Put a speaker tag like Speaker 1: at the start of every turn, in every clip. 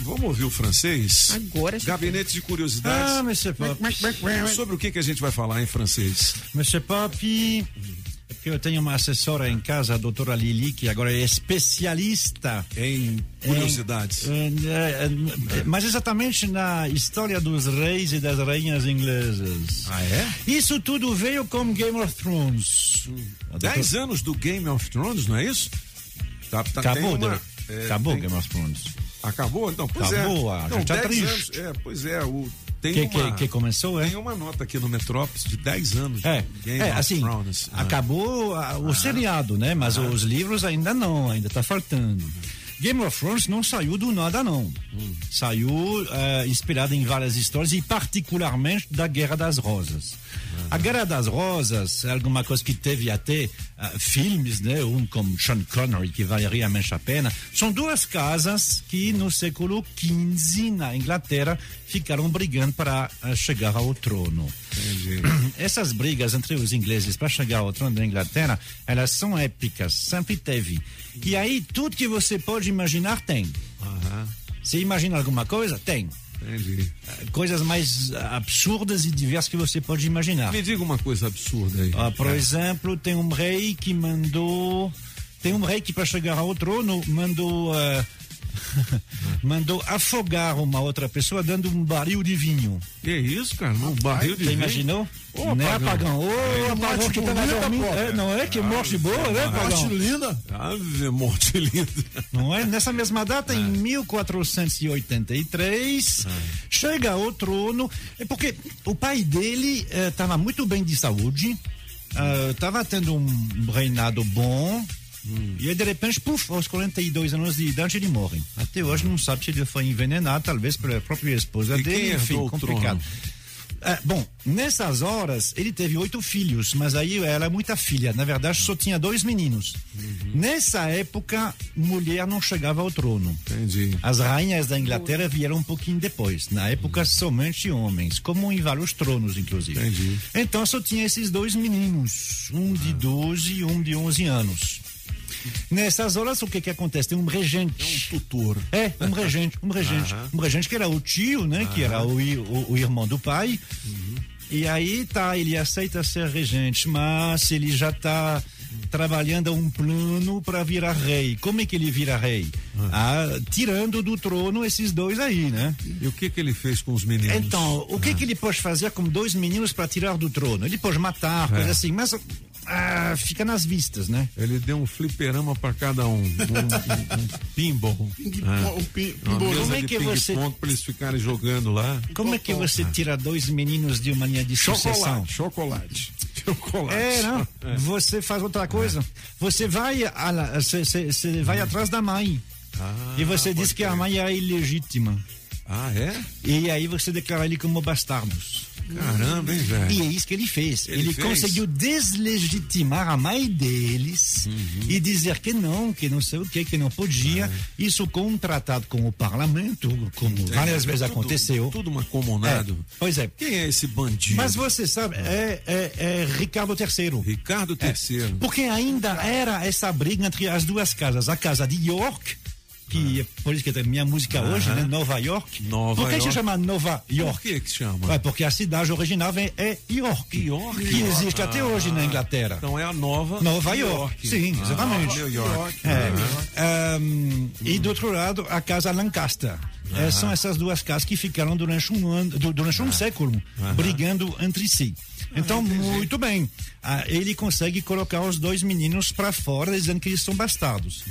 Speaker 1: Vamos ouvir o francês?
Speaker 2: Agora, sim.
Speaker 1: Gabinete de curiosidades.
Speaker 3: Ah, Monsieur Pop.
Speaker 1: Sobre o que, que a gente vai falar em francês?
Speaker 3: Monsieur Pop. é porque Eu tenho uma assessora em casa, a doutora Lili, que agora é especialista
Speaker 1: Em curiosidades.
Speaker 3: em- eh, eh, mas exatamente na história dos reis e das rainhas inglesas.
Speaker 1: Ah, é?
Speaker 3: Isso tudo veio com Game of Thrones. A doutora-
Speaker 1: Dez anos do Game of Thrones, não é isso? Tá- tá- tem
Speaker 3: Acabou,
Speaker 1: uma-
Speaker 3: doutora-
Speaker 1: é,
Speaker 3: acabou
Speaker 1: tem-
Speaker 3: Game of Thrones.
Speaker 1: Acabou? Então, pois
Speaker 3: Acabou,
Speaker 1: é.
Speaker 3: ah,
Speaker 1: Então,
Speaker 3: já tá
Speaker 1: 10
Speaker 3: triste.
Speaker 1: anos, é, pois é. O, tem
Speaker 3: Que,
Speaker 1: uma,
Speaker 3: que, que começou, é?
Speaker 1: tem uma nota aqui no Metrópolis de 10 anos.
Speaker 3: É,
Speaker 1: Game
Speaker 3: é
Speaker 1: of
Speaker 3: assim,
Speaker 1: Thrones. Ah.
Speaker 3: acabou ah, o seriado, né? Mas os livros ainda não, ainda tá faltando. Game of Thrones não saiu do nada, não.
Speaker 1: Hum.
Speaker 3: Saiu ah, inspirado em várias histórias e particularmente da Guerra das Rosas. A Guerra das Rosas é alguma coisa que teve até ah, filmes, né? Um como Sean Connery, que vai realmente a pena. São duas casas
Speaker 1: Hum.
Speaker 3: que no século XV, na Inglaterra, ficaram brigando para ah, chegar ao trono. Essas brigas entre os ingleses para chegar ao trono da Inglaterra, elas são épicas, sempre teve. E aí tudo que você pode imaginar tem.
Speaker 1: Aham,
Speaker 3: Você imagina alguma coisa? Tem.
Speaker 1: entendi.
Speaker 3: Coisas mais ah, absurdas e diversas que você pode imaginar.
Speaker 1: Me diga uma coisa absurda aí.
Speaker 3: Ah, por exemplo, tem um rei que mandou. Tem um rei que, para chegar ao trono, mandou. ah, mandou afogar uma outra pessoa dando um barril de vinho.
Speaker 1: Que isso, cara? Um barril de
Speaker 3: Você
Speaker 1: vinho?
Speaker 3: imaginou?
Speaker 1: Ô,
Speaker 3: né,
Speaker 1: Apagão?
Speaker 3: Apagão? Ô, Apagão
Speaker 4: morte
Speaker 3: que tava
Speaker 1: né,
Speaker 4: bonita,
Speaker 3: dormindo.
Speaker 4: pô.
Speaker 3: É, não é?
Speaker 1: Ah,
Speaker 3: Que morte boa, né, Apagão?
Speaker 4: Plastilina.
Speaker 1: Ave, morte linda.
Speaker 3: Não é? Nessa mesma data, em
Speaker 1: É.
Speaker 3: 1483, chega ao trono, é porque o pai dele estava muito bem de saúde, estava tendo um reinado bom,
Speaker 1: Hum.
Speaker 3: e aí, de repente, puf, aos 42 anos de idade, ele morre. Até hoje não sabe se ele foi envenenado, talvez pela própria esposa
Speaker 1: E quem
Speaker 3: dele, enfim,
Speaker 1: herdou o trono?
Speaker 3: complicado. Ah, bom, nessas horas ele teve oito filhos, mas aí ela é muita filha. Na verdade, só tinha dois meninos. Nessa época, mulher não chegava ao trono.
Speaker 1: Entendi.
Speaker 3: As rainhas da Inglaterra vieram um pouquinho depois. Na época, somente homens, como em vários tronos, inclusive.
Speaker 1: Entendi.
Speaker 3: Então, só tinha esses dois meninos, um de 12 e um de 11 anos. Nessas horas, o que que acontece? Tem um regente.
Speaker 1: Tutor.
Speaker 3: É, um regente, um regente. Um regente que era o tio, né? Que era o, i- o, o irmão do pai. E aí tá, ele aceita ser regente, mas ele já tá trabalhando um plano para virar rei. Como é que ele vira rei? Ah, tirando do trono esses dois aí, né?
Speaker 1: E o que que ele fez com os meninos?
Speaker 3: Então, o que, que ele pode fazer com dois meninos para tirar do trono? Ele pode matar,
Speaker 1: É.
Speaker 3: coisa assim, mas ah, fica nas vistas, né?
Speaker 1: Ele deu um fliperama pra cada um. Um, um, um pinball.
Speaker 4: O pin-
Speaker 1: Uma
Speaker 4: pimbolão.
Speaker 1: mesa
Speaker 3: Como é
Speaker 1: de
Speaker 3: que você-
Speaker 1: ping-pong pra eles ficarem jogando lá.
Speaker 3: Como é que você tira dois meninos de uma linha de sucessão?
Speaker 1: né? chocolate. Chocolate.
Speaker 3: É, não. Você faz outra coisa.
Speaker 1: É.
Speaker 3: Você vai, a la- você- você- você vai atrás da mãe.
Speaker 1: Ah,
Speaker 3: e você diz
Speaker 1: pode
Speaker 3: que a
Speaker 1: crer.
Speaker 3: mãe é ilegítima.
Speaker 1: Ah, é?
Speaker 3: E aí você declara ele como bastardos.
Speaker 1: Caramba, hein, velho?
Speaker 3: E é isso que ele fez.
Speaker 1: Ele
Speaker 3: Ele,
Speaker 1: fez?
Speaker 3: conseguiu deslegitimar a mãe deles
Speaker 1: Uhum.
Speaker 3: e dizer que não, que não sei o que, que não
Speaker 1: É.
Speaker 3: podia. Isso com um tratado com o parlamento, como várias vezes
Speaker 1: É, Tudo-
Speaker 3: aconteceu.
Speaker 1: Tudo
Speaker 3: É,
Speaker 1: macomunado.
Speaker 3: pois é.
Speaker 1: Quem é esse bandido?
Speaker 3: Mas você sabe, é, é, é Ricardo III.
Speaker 1: Ricardo III.
Speaker 3: Porque ainda era essa briga entre as duas casas. A casa de York, que é por isso que tem minha música hoje, né? Nova York.
Speaker 1: Nova
Speaker 3: por que
Speaker 1: York.
Speaker 3: se chama Nova
Speaker 1: Por
Speaker 3: York?
Speaker 1: que que chama?
Speaker 3: É porque a cidade original vem- é York.
Speaker 1: York.
Speaker 3: Que existe até hoje na Inglaterra.
Speaker 1: Então Ah, é a nova
Speaker 3: Nova York. Sim, exatamente.
Speaker 1: New York.
Speaker 3: É. Ahm, e do outro lado, a casa Lancaster. É, são essas duas casas que ficaram durante um ano, du- durante um século, brigando entre si.
Speaker 1: Ah,
Speaker 3: Então, muito bem. Ah, ele consegue colocar os dois meninos para fora, dizendo que eles são bastardos.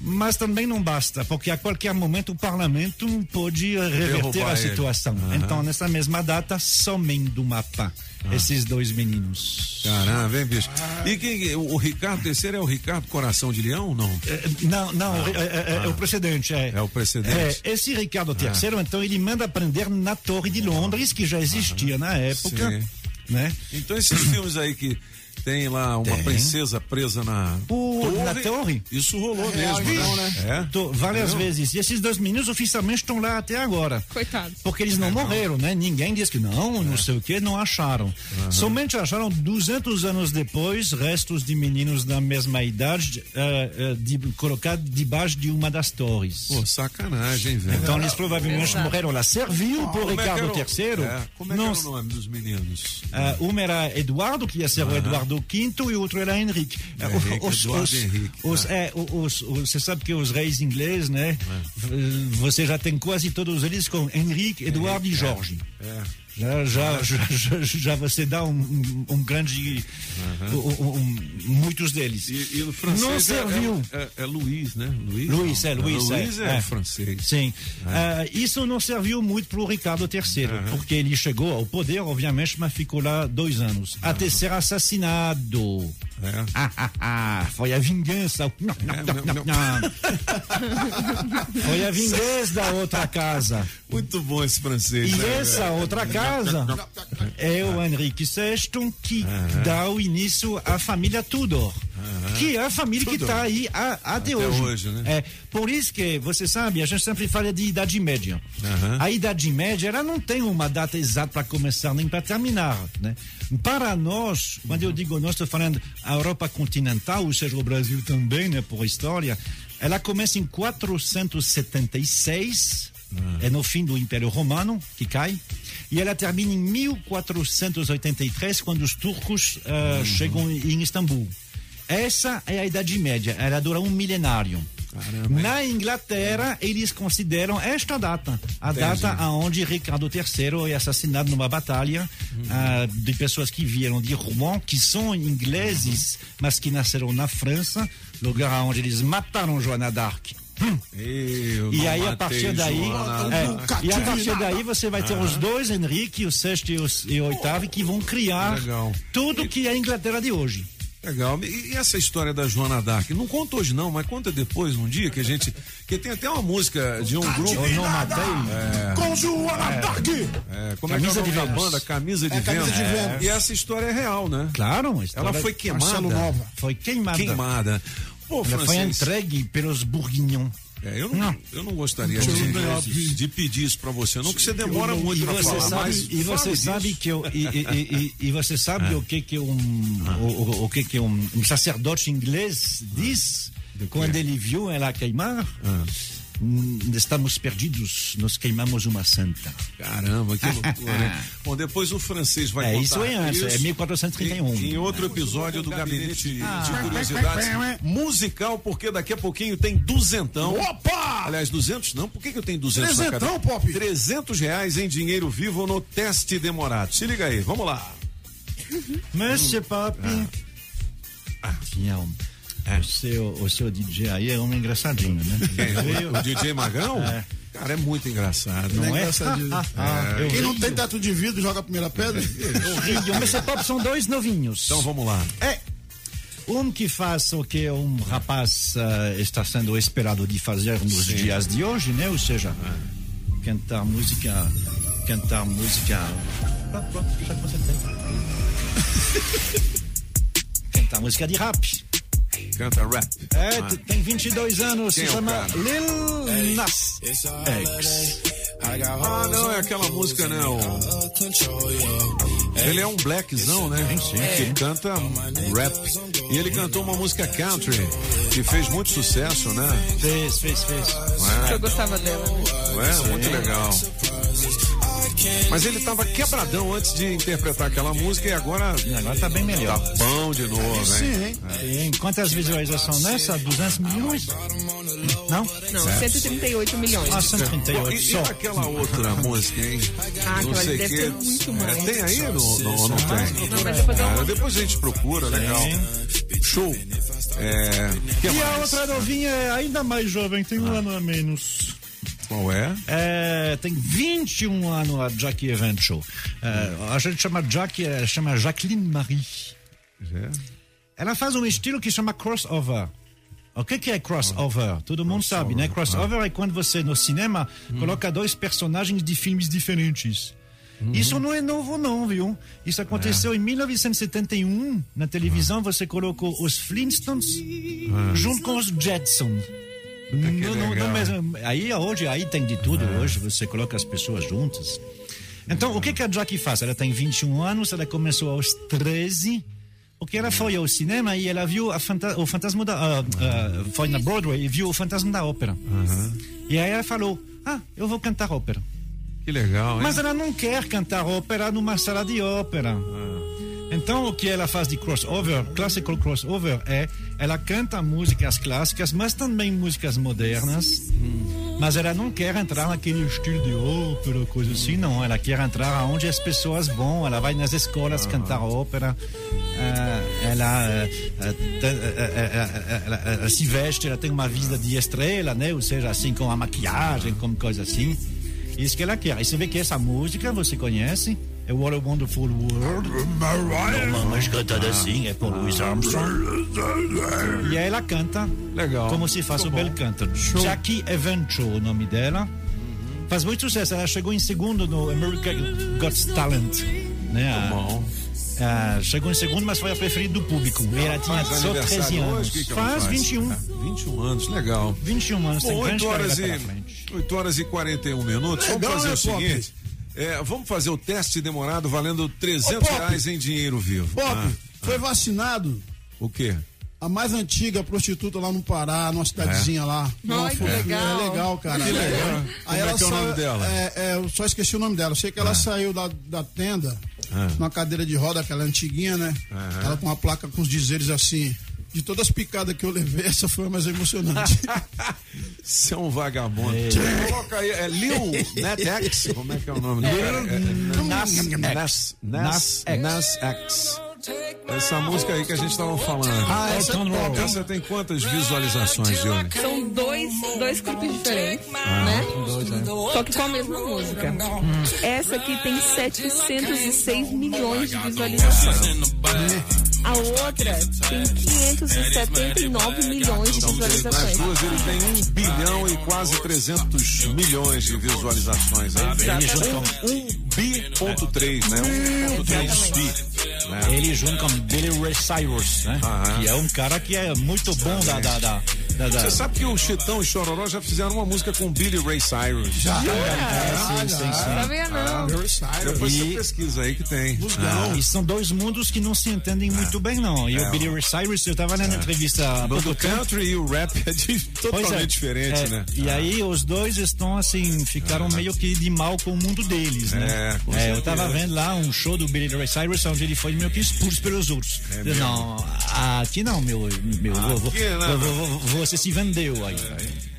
Speaker 3: Mas também não basta, porque a qualquer momento o parlamento pode eh, reverter
Speaker 1: Derrubar
Speaker 3: a
Speaker 1: ele.
Speaker 3: situação. Então, nessa mesma data, somem do mapa
Speaker 1: Ah.
Speaker 3: esses dois meninos.
Speaker 1: Caramba, hein, bicho? E quem, o, o Ricardo terceiro é o Ricardo Coração de Leão ou não?
Speaker 3: É, Não, não, é, é, é, é o precedente. É,
Speaker 1: Ah. É o precedente. Ah.
Speaker 3: É, esse Ricardo III, então, ele manda prender na Torre de Londres, que já existia na época,
Speaker 1: Ah. Sim.
Speaker 3: né?
Speaker 1: Então esses filmes aí que Tem lá uma
Speaker 3: Tem.
Speaker 1: princesa presa na.
Speaker 3: Pô, na torre?
Speaker 1: Isso rolou
Speaker 2: real,
Speaker 1: mesmo,
Speaker 2: então,
Speaker 1: né? É.
Speaker 3: Tô- várias
Speaker 1: Entendeu?
Speaker 3: vezes. E esses dois meninos oficialmente estão lá até agora.
Speaker 4: Coitados.
Speaker 3: Porque
Speaker 1: É,
Speaker 3: eles não morreram, né? Ninguém disse que não, não sei o que, não acharam. Somente acharam 200 anos depois restos de meninos da mesma idade eh, eh, de, colocados debaixo de uma das torres.
Speaker 1: Pô, sacanagem, hein, velho.
Speaker 3: Então eles provavelmente
Speaker 4: Exato.
Speaker 3: morreram lá. Serviu para
Speaker 1: Como é que
Speaker 3: Ricardo
Speaker 1: era o-
Speaker 3: III?
Speaker 1: Ah, É, Como é que
Speaker 3: não
Speaker 1: era o nome dos meninos?
Speaker 3: ah, um era Eduardo, que ia ser o Eduardo V, e o outro era Henrique. Ah,
Speaker 1: Henrique, Eduardo
Speaker 3: os-
Speaker 1: Henrique,
Speaker 3: os-
Speaker 1: tá.
Speaker 3: é, os- os- você sabe que os reis ingleses, né? v- Você já tem quase todos eles com Henrique, Eduardo e Jorge.
Speaker 1: É.
Speaker 3: Já, já,
Speaker 1: Ah,
Speaker 3: já, já, já você dá um, um- um grande. um- um- muitos deles.
Speaker 1: E, e o francês
Speaker 3: Não
Speaker 1: é-
Speaker 3: serviu.
Speaker 1: É, é, é Luiz, né? Luiz,
Speaker 3: Luiz,
Speaker 1: não.
Speaker 3: é, Luiz, é,
Speaker 1: Luiz é,
Speaker 3: é.
Speaker 1: francês.
Speaker 3: Sim.
Speaker 1: É.
Speaker 3: Ah, isso não serviu muito para o Ricardo III, porque ele chegou ao poder, obviamente, mas ficou lá dois anos. Até ser assassinado.
Speaker 1: É.
Speaker 3: Ah, ah, ah, foi a vingança. Não, não,
Speaker 1: É,
Speaker 3: não,
Speaker 1: meu-
Speaker 3: não,
Speaker 1: meu-
Speaker 3: não. foi a vingança da outra casa.
Speaker 1: Muito bom esse francês.
Speaker 3: E
Speaker 1: né,
Speaker 3: essa outra casa é o Henrique VI que dá o início à família Tudor, que é a família que
Speaker 1: Tudor.
Speaker 3: está aí a- até, hoje.
Speaker 1: hoje, né?
Speaker 3: É, por isso que, você sabe, a gente sempre fala de Idade Média.
Speaker 1: Aham.
Speaker 3: A Idade Média, ela não tem uma data exata para começar nem para terminar. Né? Para nós, quando eu digo nós, estou falando a Europa continental, ou seja, o Brasil também, né, por história, ela começa em 476, é no fim do Império Romano, que cai, e ela termina em 1483, quando os turcos ah, chegam em Istambul. Essa é a Idade Média, ela dura um milenário.
Speaker 1: Caramba, hein?
Speaker 3: Na Inglaterra, eles consideram esta data, a
Speaker 1: Entendi.
Speaker 3: data aonde Ricardo III é assassinado numa batalha
Speaker 1: Uhum.
Speaker 3: ah, de pessoas que vieram de Rouen, que são
Speaker 1: Uhum.
Speaker 3: ingleses, mas que nasceram na França, lugar onde eles mataram Joana d'Arc. Hum.
Speaker 1: Eu
Speaker 3: E
Speaker 1: não
Speaker 3: aí, a
Speaker 1: matei
Speaker 3: partir daí,
Speaker 1: Joana. Ah.
Speaker 3: é,
Speaker 2: Nunca
Speaker 3: e a
Speaker 2: tive
Speaker 3: partir
Speaker 2: nada.
Speaker 3: daí você vai ter os dois, Henrique, o sexto e, os- e o oitavo, que vão criar
Speaker 1: Legal.
Speaker 3: tudo que é a Inglaterra de hoje.
Speaker 1: Legal. E, e essa história da Joana Dark? Não conta hoje não, mas conta depois, um dia que a gente... Que tem até uma música de um grupo...
Speaker 3: Eu não matei.
Speaker 2: Com Joana Dark!
Speaker 1: É, como
Speaker 3: Camisa
Speaker 1: é que é o nome
Speaker 3: de
Speaker 1: da
Speaker 3: Vênus.
Speaker 1: banda? Camisa de
Speaker 2: É,
Speaker 1: Vênus.
Speaker 2: Camisa de Vênus.
Speaker 1: E essa história é real, né?
Speaker 3: Claro, a
Speaker 1: Ela
Speaker 3: história-
Speaker 1: foi queimada.
Speaker 2: Marcelo Nova.
Speaker 3: Foi queimada.
Speaker 1: Queimada. Pô,
Speaker 3: Ela foi
Speaker 1: francês.
Speaker 3: entregue pelos bourguignons.
Speaker 1: É, eu, não,
Speaker 3: Não.
Speaker 1: eu não gostaria
Speaker 3: Não,
Speaker 1: de,
Speaker 3: não.
Speaker 1: de- de pedir isso pra você. Não que você demora muito
Speaker 3: E
Speaker 1: pra
Speaker 3: você
Speaker 1: falar,
Speaker 3: sabe,
Speaker 1: mas
Speaker 3: e você
Speaker 1: fale
Speaker 3: sabe
Speaker 1: disso. É.
Speaker 3: que eu, e, e- e- e- e você sabe o que que um
Speaker 1: Ah.
Speaker 3: o, o- o que que um, um sacerdote inglês diz quando ele viu ela queimar?
Speaker 1: Ah.
Speaker 3: Hum, Estamos perdidos, nós queimamos uma santa.
Speaker 1: Caramba, que loucura, né? Bom, depois o francês vai
Speaker 3: É,
Speaker 1: contar
Speaker 3: isso é antes, é 1431.
Speaker 1: Em, em outro episódio do Gabinete
Speaker 3: Ah,
Speaker 1: de Curiosidades Musical, porque daqui a pouquinho tem duzentão.
Speaker 2: Opa!
Speaker 1: Aliás, 200 não, por que, que eu tenho 200 na
Speaker 2: Trezentão,
Speaker 1: cabeça?
Speaker 2: Pop!
Speaker 1: 300 reais em dinheiro vivo no teste demorado. Se liga aí, vamos lá.
Speaker 3: Monsieur
Speaker 1: Hum.
Speaker 3: Papi.
Speaker 1: Ah.
Speaker 3: Tinha um-
Speaker 1: É.
Speaker 3: o, seu, o seu DJ aí é um engraçadinho, né?
Speaker 1: Quem? é
Speaker 3: Veio-
Speaker 1: O, o DJ Magrão? Cara, é muito engraçado. né?
Speaker 3: não é?
Speaker 2: engraçadinho.
Speaker 3: Ah, ah,
Speaker 1: É,
Speaker 3: eu
Speaker 2: Quem não
Speaker 3: rio.
Speaker 2: tem teto de vidro joga a primeira pedra.
Speaker 3: Eu rio. Monsieur Papi são dois novinhos.
Speaker 1: Então vamos lá.
Speaker 3: É. Um que faz o que um rapaz ah, está sendo esperado de fazer nos
Speaker 1: Sim. É.
Speaker 3: dias de hoje, né? Ou seja, cantar música. Cantar música. cantar música de rap.
Speaker 1: Canta rap.
Speaker 3: É, t- tem 22 anos,
Speaker 1: Ah. Quem
Speaker 3: se
Speaker 1: é o
Speaker 3: chama
Speaker 1: cara? É.
Speaker 3: Lil Nas É, X.
Speaker 1: Ah, não, é aquela música, né? o- Ele é um blackzão, né? Que canta rap. E ele cantou uma música country, que fez muito sucesso, né? é?
Speaker 3: Fez, fez, fez.
Speaker 4: Eu gostava dela. né?
Speaker 1: Não é? Muito legal. Mas ele tava quebradão antes de interpretar aquela música e agora
Speaker 3: E Agora tá bem melhor.
Speaker 1: tá bom de novo, hein?
Speaker 2: Sim, hein?
Speaker 3: Tem quantas visualizações nessa? 200 milhões? Não?
Speaker 4: Não, 138 milhões.
Speaker 3: Ah,
Speaker 1: Bom, e,
Speaker 3: 138
Speaker 1: e
Speaker 3: só.
Speaker 1: aquela outra música, hein?
Speaker 4: Ah,
Speaker 1: não
Speaker 4: aquela
Speaker 1: sei
Speaker 4: deve
Speaker 1: que.
Speaker 4: ter muito mais.
Speaker 1: É, tem aí? Não, não, não tem.
Speaker 4: Não, mas depois eu
Speaker 1: Ah, depois a gente procura, legal. Show. É, que
Speaker 3: E a
Speaker 1: mais?
Speaker 3: outra novinha é ainda mais jovem, tem um ano a menos.
Speaker 1: Qual é?
Speaker 3: É, tem 21 anos a Jackie Evans Show. É, a gente chama Jackie, é, chama Jacqueline Marie. É. Ela faz um estilo que chama crossover. O que, que é crossover? Todo mundo sabe, né? Crossover é quando você, no cinema, coloca dois personagens de filmes diferentes. Isso não é novo, não, viu? Isso aconteceu em 1971. Na televisão, você colocou os Flintstones junto com os Jetsons. Não, não,
Speaker 1: legal.
Speaker 3: não, mas, hum, aí hoje aí tem de tudo hoje você coloca as pessoas juntas então o que que a Jackie faz ela tem 21 anos ela começou aos 13 porque ela foi ao cinema e ela viu a fanta- o fantasma da ah, ah, foi na Broadway e viu o fantasma da ópera e aí ela falou ah eu vou cantar ópera
Speaker 1: Que legal, hein?
Speaker 3: mas ela não quer cantar ópera numa sala de ópera.
Speaker 1: Ah.
Speaker 3: Então, o que ela faz de crossover, classical crossover, é ela canta músicas clássicas, mas também músicas modernas.
Speaker 1: Hum.
Speaker 3: Mas ela não quer entrar naquele estilo de ópera, coisa assim, não. Ela quer entrar aonde as pessoas vão. Ela vai nas escolas cantar ópera. Ah, ela, eh, eh, te- eh, eh, eh, ela, ela se veste, ela tem uma vida de estrela, né? Ou seja, assim, com a maquiagem, como coisa assim. Isso que ela quer. E você vê que essa música você conhece? É What a Wonderful World. Mas cantada assim é por Louis Armstrong. E aí ela canta
Speaker 1: Legal.
Speaker 3: como se faz o
Speaker 1: Muito
Speaker 3: bel
Speaker 1: bom.
Speaker 3: canto. Jackie Evancho, o nome dela. Faz muito sucesso. Ela chegou em segundo no America Got Talent. Né? A-
Speaker 1: Bom.
Speaker 3: a- chegou em segundo, mas foi a preferida do público. E ela tinha
Speaker 1: Faz
Speaker 3: só 13
Speaker 1: aniversário
Speaker 3: anos.
Speaker 1: hoje, que que ela
Speaker 3: faz 21.
Speaker 1: Ah, 21 anos, legal.
Speaker 3: 21 anos, tem
Speaker 1: Bom, 8
Speaker 3: grande
Speaker 1: horas,
Speaker 3: carreira
Speaker 1: e,
Speaker 3: pela frente.
Speaker 1: 8 horas e 41 minutos.
Speaker 2: Legal,
Speaker 1: vamos fazer
Speaker 2: né,
Speaker 1: o
Speaker 2: Pop?
Speaker 1: seguinte: é, vamos fazer o teste demorado valendo 300
Speaker 2: Ô, Pop!
Speaker 1: reais em dinheiro vivo.
Speaker 2: Pop,
Speaker 1: Ah,
Speaker 2: foi vacinado
Speaker 1: o quê?
Speaker 2: a mais antiga prostituta lá no Pará, numa cidadezinha lá. Uma
Speaker 4: que
Speaker 2: fofinha,
Speaker 4: legal.
Speaker 2: É legal, cara. Que legal.
Speaker 1: É. Como é que é o nome dela? Ah.
Speaker 2: É, é, eu só esqueci o nome dela. Eu sei que ela saiu da, da tenda, numa cadeira de roda, aquela antiguinha, né? Ela com uma placa com os dizeres assim. De todas as picadas que eu levei, essa foi a mais emocionante.
Speaker 1: Você é um vagabundo. Coloca aí, é Lil Netex? Como é que é o nome dela? É, é, Nas, Nas, Nas X. Essa música aí que a gente estava falando. Ah,
Speaker 2: essa é top.
Speaker 1: Essa tem quantas visualizações, Júnior?
Speaker 4: São dois, dois grupos diferentes, né? Só que com a mesma música. Essa aqui tem 706 milhões de visualizações. A outra tem 579 milhões de
Speaker 1: Nas
Speaker 4: visualizações.
Speaker 1: duas ele tem 1 bilhão e quase 300 milhões de visualizações. Aí
Speaker 3: Ele junto com-
Speaker 1: bi ponto três, né? 1.3 bi. né?
Speaker 3: Ele junto com Billy Ray Cyrus, né?
Speaker 1: Aham.
Speaker 3: Que é um cara que é muito bom da. da, da, da, da-
Speaker 1: Você sabe que o Chitão e Chororó já fizeram uma música com Billy Ray Cyrus. Já.
Speaker 3: sim, sim, sim.
Speaker 4: Sabia não.
Speaker 1: Depois você
Speaker 3: E-
Speaker 1: pesquisa aí que tem.
Speaker 3: Ah. E são dois mundos que não se entendem
Speaker 1: É.
Speaker 3: muito bem, não. E o Billy Ray Cyrus, eu tava lendo entrevista há
Speaker 1: O
Speaker 3: pouco
Speaker 1: do
Speaker 3: tempo.
Speaker 1: country e o rap é de-
Speaker 3: Pois
Speaker 1: É. totalmente
Speaker 3: é.
Speaker 1: diferente,
Speaker 3: É,
Speaker 1: né? Ah.
Speaker 3: E aí os dois estão assim, ficaram meio que de mal com o mundo deles, né?
Speaker 1: É, com
Speaker 3: eu
Speaker 1: certeza.
Speaker 3: tava vendo lá um show do Billy Ray Cyrus onde ele foi meio que expulso pelos outros. Eu,
Speaker 1: É mesmo? Ah,
Speaker 3: não, aqui não, meu, meu, vou- vou-
Speaker 1: Aqui né?" É. não.
Speaker 3: vou- vou- vou- você se vendeu aí.